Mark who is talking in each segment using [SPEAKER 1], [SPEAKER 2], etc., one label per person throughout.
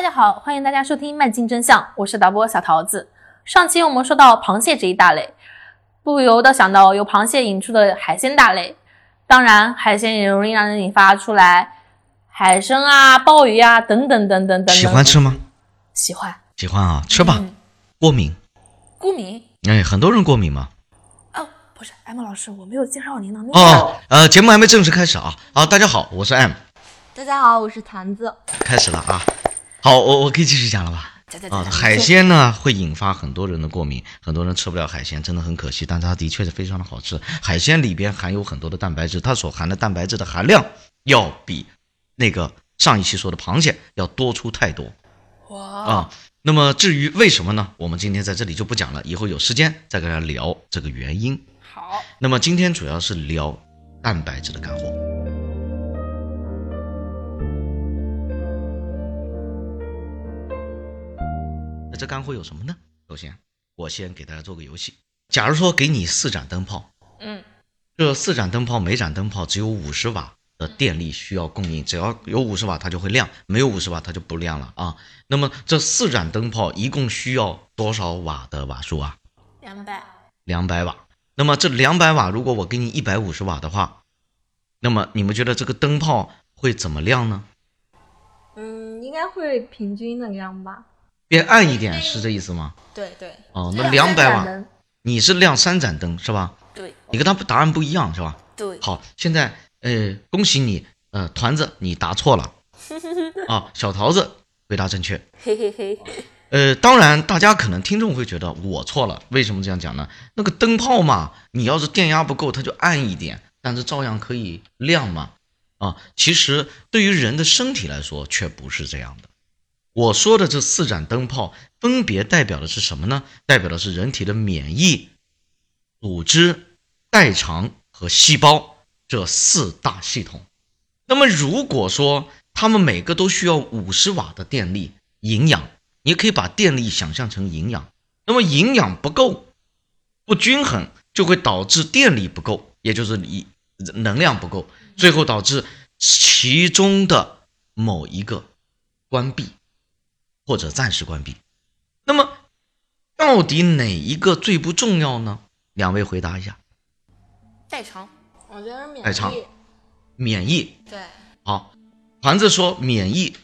[SPEAKER 1] 家好，欢迎大家收听《慢镜真相》，我是导播小桃子。上期我们说到螃蟹这一大类，不由得想到由螃蟹引出的海鲜大类。当然，海鲜也容易让人引发出来海参啊、鲍鱼啊等等等等等等。嗯
[SPEAKER 2] 喜欢吃吗？
[SPEAKER 1] 喜欢。
[SPEAKER 2] 喜欢啊，吃吧。过敏，
[SPEAKER 1] 顾名
[SPEAKER 2] 哎，很多人过敏嘛。
[SPEAKER 1] 哦，不是，M 老师，我没有介绍您呢。那个
[SPEAKER 2] 哦，呃，节目还没正式开始啊啊！大家好，我是 M，
[SPEAKER 3] 大家好，我是坛子。
[SPEAKER 2] 开始了啊。好，我我可以继续讲了吧？
[SPEAKER 1] 讲讲
[SPEAKER 2] 啊，
[SPEAKER 1] 讲讲
[SPEAKER 2] 海鲜呢会引发很多人的过敏，很多人吃不了海鲜，真的很可惜。但它的确是非常的好吃，海鲜里边含有很多的蛋白质，它所含的蛋白质的含量要比那个上一期说的螃蟹要多出太多。
[SPEAKER 1] 哇，
[SPEAKER 2] 啊。那么至于为什么呢？我们今天在这里就不讲了，以后有时间再跟大家聊这个原因。
[SPEAKER 1] 好，
[SPEAKER 2] 那么今天主要是聊蛋白质的干货。那这干货有什么呢？首先，我先给大家做个游戏。假如说给你四盏灯泡，
[SPEAKER 1] 嗯，
[SPEAKER 2] 这四盏灯泡，每盏灯泡只有五十瓦的电力需要供应，只要有五十瓦它就会亮，没有五十瓦它就不亮了啊。那么这四盏灯泡一共需要多少瓦的瓦数啊？
[SPEAKER 1] 两百，
[SPEAKER 2] 两百瓦。那么这两百瓦，如果我给你一百五十瓦的话，那么你们觉得这个灯泡会怎么亮呢？
[SPEAKER 3] 嗯，应该会平均的样吧？
[SPEAKER 2] 变暗一点是这意思吗？
[SPEAKER 3] 对对。
[SPEAKER 2] 哦，那两百
[SPEAKER 3] 三盏
[SPEAKER 2] 瓦，
[SPEAKER 3] 灯
[SPEAKER 2] 你是亮三盏灯是吧？
[SPEAKER 1] 对
[SPEAKER 2] 你跟他答案不一样是吧？
[SPEAKER 1] 对，
[SPEAKER 2] 好，现在呃，恭喜你，呃，团子你答错 了啊，小桃子回答正确。
[SPEAKER 1] 嘿嘿嘿，
[SPEAKER 2] 呃，当然，大家可能听众会觉得我错了，为什么这样讲呢？那个灯泡嘛，你要是电压不够，它就暗一点，但是照样可以亮嘛。啊，其实对于人的身体来说，却不是这样的。我说的这四盏灯泡分别代表的是什么呢？代表的是人体的免疫、组织、代偿和细胞这四大系统。那么如果说它们每个都需要五十瓦的电力，营养，你可以把电力想象成营养。那么营养不够，不均衡，就会导致电力不够，也就是你能量不够，最后导致其中的某一个关闭或者暂时关闭。那么，到底哪一个最不重要呢？两位回答一下。
[SPEAKER 1] 代偿，
[SPEAKER 3] 我觉得免
[SPEAKER 2] 代偿
[SPEAKER 3] 疫
[SPEAKER 2] 免疫
[SPEAKER 3] 对
[SPEAKER 2] 好，团啊子说免疫，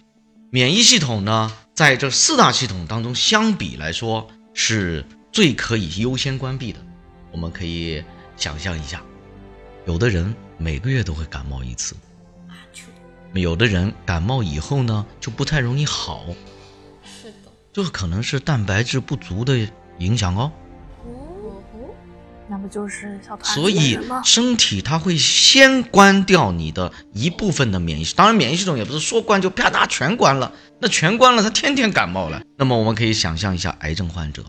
[SPEAKER 2] 免疫系统呢，在这四大系统当中相比来说是最可以优先关闭的。我们可以想象一下，有的人每个月都会感冒一次，有的人感冒以后呢就不太容易好，
[SPEAKER 3] 是的。
[SPEAKER 2] 这可能是蛋白质不足的影响哦。
[SPEAKER 3] 哦吼，
[SPEAKER 1] 那不就是小团子
[SPEAKER 2] 所以
[SPEAKER 1] 的人吗
[SPEAKER 2] 身体它会先关掉你的一部分的免疫系，当然免疫系统也不是说关就啪嗒全关了，那全关了，他天天感冒了。那么我们可以想象一下癌症患者，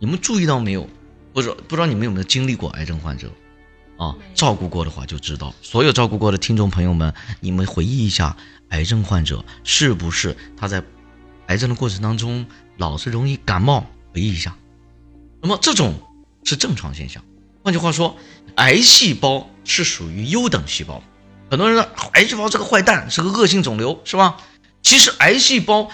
[SPEAKER 2] 你们注意到没有？不知不知道你们有没有经历过癌症患者啊？照顾过的话就知道。所有照顾过的听众朋友们，你们回忆一下，癌症患者是不是他在癌症的过程当中老是容易感冒？回忆一下，那么这种是正常现象。换句话说，癌细胞是属于优等细胞。很多人说癌细胞这个坏蛋是个恶性肿瘤，是吧？其实癌细胞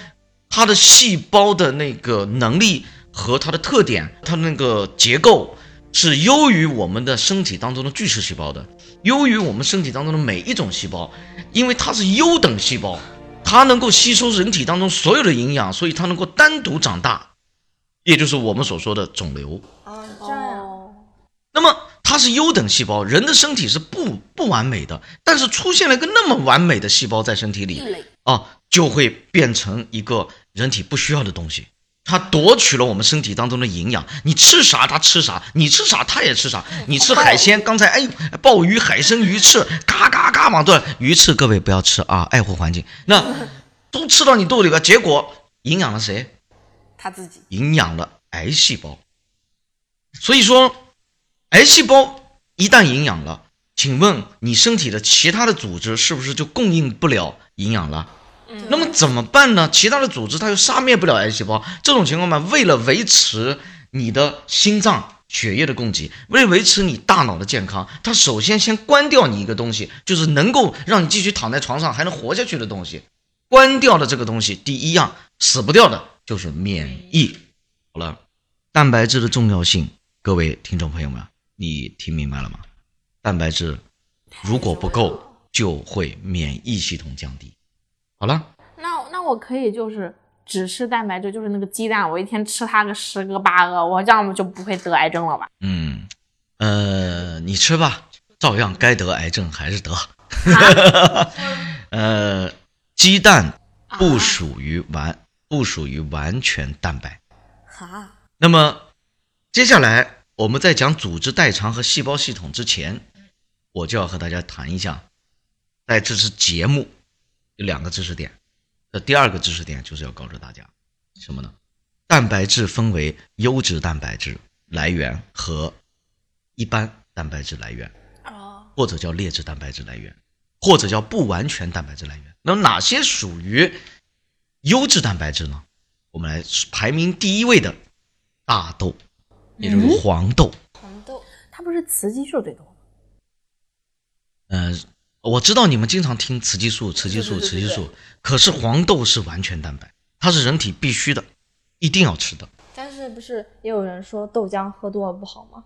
[SPEAKER 2] 它的细胞的那个能力和它的特点，它的那个结构是优于我们的身体当中的巨噬细胞的，优于我们身体当中的每一种细胞，因为它是优等细胞，它能够吸收人体当中所有的营养，所以它能够单独长大，也就是我们所说的肿瘤。
[SPEAKER 3] 哦，这样
[SPEAKER 1] 哦，
[SPEAKER 2] 那么它是优等细胞，人的身体是不不完美的，但是出现了一个那么完美的细胞在身体里
[SPEAKER 1] 类，
[SPEAKER 2] 啊，就会变成一个人体不需要的东西。它夺取了我们身体当中的营养，你吃啥它吃啥，你吃啥它也吃啥。你吃海鲜，刚才哎，鲍鱼、海参、鱼翅，嘎嘎嘎往断。鱼翅各位不要吃啊，爱护环境。那都吃到你肚里边，结果营养了谁？
[SPEAKER 1] 他自己
[SPEAKER 2] 营养了癌细胞。所以说，癌细胞一旦营养了，请问你身体的其他的组织是不是就供应不了营养了？
[SPEAKER 3] 嗯
[SPEAKER 2] 那么怎么办呢？其他的组织它又杀灭不了癌细胞，这种情况下，为了维持你的心脏血液的供给，为了维持你大脑的健康，它首先先关掉你一个东西，就是能够让你继续躺在床上还能活下去的东西。关掉的这个东西，第一样啊死不掉的就是免疫。好了，蛋白质的重要性，各位听众朋友们，你听明白了吗？蛋白质如果不够，就会免疫系统降低。好了。
[SPEAKER 1] 那那我可以就是只吃蛋白质，就是那个鸡蛋，我一天吃它个十个八个，我这样就不会得癌症了吧？
[SPEAKER 2] 嗯，呃，你吃吧，照样该得癌症还是得。 呃，鸡蛋
[SPEAKER 1] 啊
[SPEAKER 2] 不属于完、不属于完全蛋白。
[SPEAKER 3] 哈，
[SPEAKER 2] 那么接下来我们在讲组织代偿和细胞系统之前，我就要和大家谈一下，在这次节目有两个知识点。呃，第二个知识点就是要告诉大家什么呢？蛋白质分为优质蛋白质来源和一般蛋白质来源，
[SPEAKER 1] 哦，
[SPEAKER 2] 或者叫劣质蛋白质来源，或者叫不完全蛋白质来源。那么哪些属于优质蛋白质呢？我们来排名第一位的大豆，
[SPEAKER 3] 嗯
[SPEAKER 2] 也就是黄豆。
[SPEAKER 3] 红豆
[SPEAKER 1] 它不是雌激素最多吗？
[SPEAKER 2] 嗯、我知道你们经常听雌激素、雌激素、
[SPEAKER 3] 对对
[SPEAKER 2] 雌
[SPEAKER 3] 对
[SPEAKER 2] 激
[SPEAKER 3] 对
[SPEAKER 2] 素，可是黄豆是完全蛋白，它是人体必须的，一定要吃的。
[SPEAKER 3] 但是不是也有人说豆浆喝多了不好吗？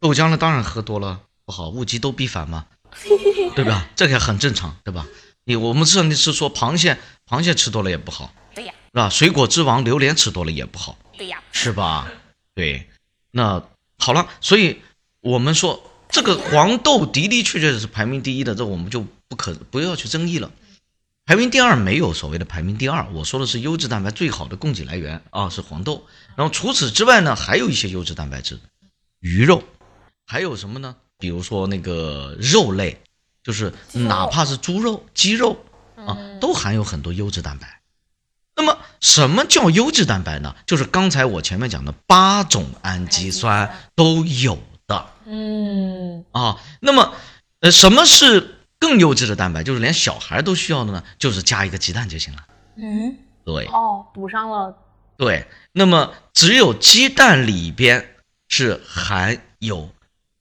[SPEAKER 2] 豆浆呢，当然喝多了不好，物极必反嘛， 对吧？这个很正常，对吧？你我们上次是说螃蟹，螃蟹吃多了也不好，
[SPEAKER 1] 对呀，
[SPEAKER 2] 是吧？水果之王榴莲吃多了也不好，
[SPEAKER 1] 对呀，
[SPEAKER 2] 是吧？对，那好了，所以我们说这个黄豆的的确确是排名第一的，这我们就不可不要去争议了。排名第二没有所谓的排名第二，我说的是优质蛋白最好的供给来源啊是黄豆，然后除此之外呢，还有一些优质蛋白质，鱼肉，还有什么呢？比如说那个肉类，就是哪怕是猪肉、鸡肉啊，都含有很多优质蛋白。那么什么叫优质蛋白呢？就是刚才我前面讲的八种氨基酸都有的
[SPEAKER 1] 嗯，
[SPEAKER 2] 啊。那么，呃，什么是更优质的蛋白？就是连小孩都需要的呢？就是加一个鸡蛋就行了。
[SPEAKER 3] 嗯，
[SPEAKER 2] 对
[SPEAKER 1] 哦，补上了，
[SPEAKER 2] 对，那么只有鸡蛋里边是含有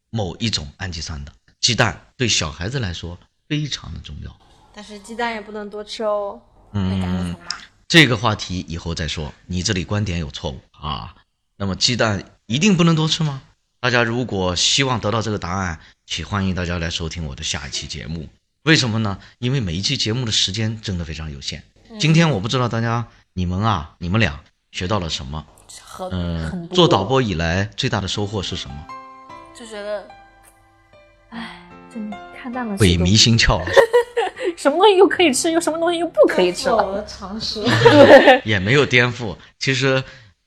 [SPEAKER 2] 某一种氨基酸的。鸡蛋对小孩子来说非常的重要。
[SPEAKER 3] 但是鸡蛋也不能多吃哦。
[SPEAKER 1] 会感
[SPEAKER 2] 嗯
[SPEAKER 1] 觉，很辣。
[SPEAKER 2] 这个话题以后再说，你这里观点有错误啊。那么鸡蛋一定不能多吃吗？大家如果希望得到这个答案，请欢迎大家来收听我的下一期节目。为什么呢？因为每一期节目的时间真的非常有限。
[SPEAKER 1] 嗯
[SPEAKER 2] 今天我不知道大家你们啊，你们俩学到了什么？
[SPEAKER 1] 很
[SPEAKER 2] 嗯
[SPEAKER 1] 很，多
[SPEAKER 2] 做导播以来最大的收获是什么？
[SPEAKER 1] 就觉得，哎，真的看淡了
[SPEAKER 2] 鬼
[SPEAKER 1] 许多
[SPEAKER 2] 迷心窍， 啊
[SPEAKER 1] 什么东西又可以吃，又什么东西又不可以吃
[SPEAKER 3] 我
[SPEAKER 1] 了。
[SPEAKER 3] 的 常识。
[SPEAKER 2] 也没有颠覆。其实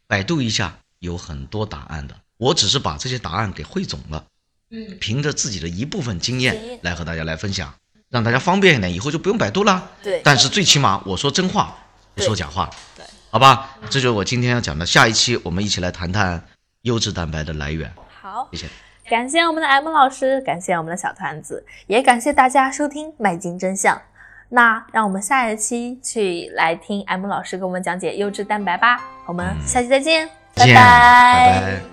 [SPEAKER 2] 百度一下有很多答案的，我只是把这些答案给汇总了。
[SPEAKER 3] 嗯，
[SPEAKER 2] 凭着自己的一部分经
[SPEAKER 3] 经
[SPEAKER 2] 验
[SPEAKER 3] 验
[SPEAKER 2] 来和大家来分享，让大家方便一点，以后就不用百度啦。
[SPEAKER 3] 对
[SPEAKER 2] 但是最起码我说真话，不
[SPEAKER 3] 对
[SPEAKER 2] 说假话。
[SPEAKER 3] 对，
[SPEAKER 2] 好吧，这就是我今天要讲的。下一期我们一起来谈谈优质蛋白的来源。
[SPEAKER 3] 好，
[SPEAKER 2] 谢谢。
[SPEAKER 1] 感谢我们的 M 老师，感谢我们的小团子，也感谢大家收听《麦金真相》。那让我们下一期去来听 M 嗯老师给我们讲解优质蛋白吧。我们下期再见，拜
[SPEAKER 2] 见拜拜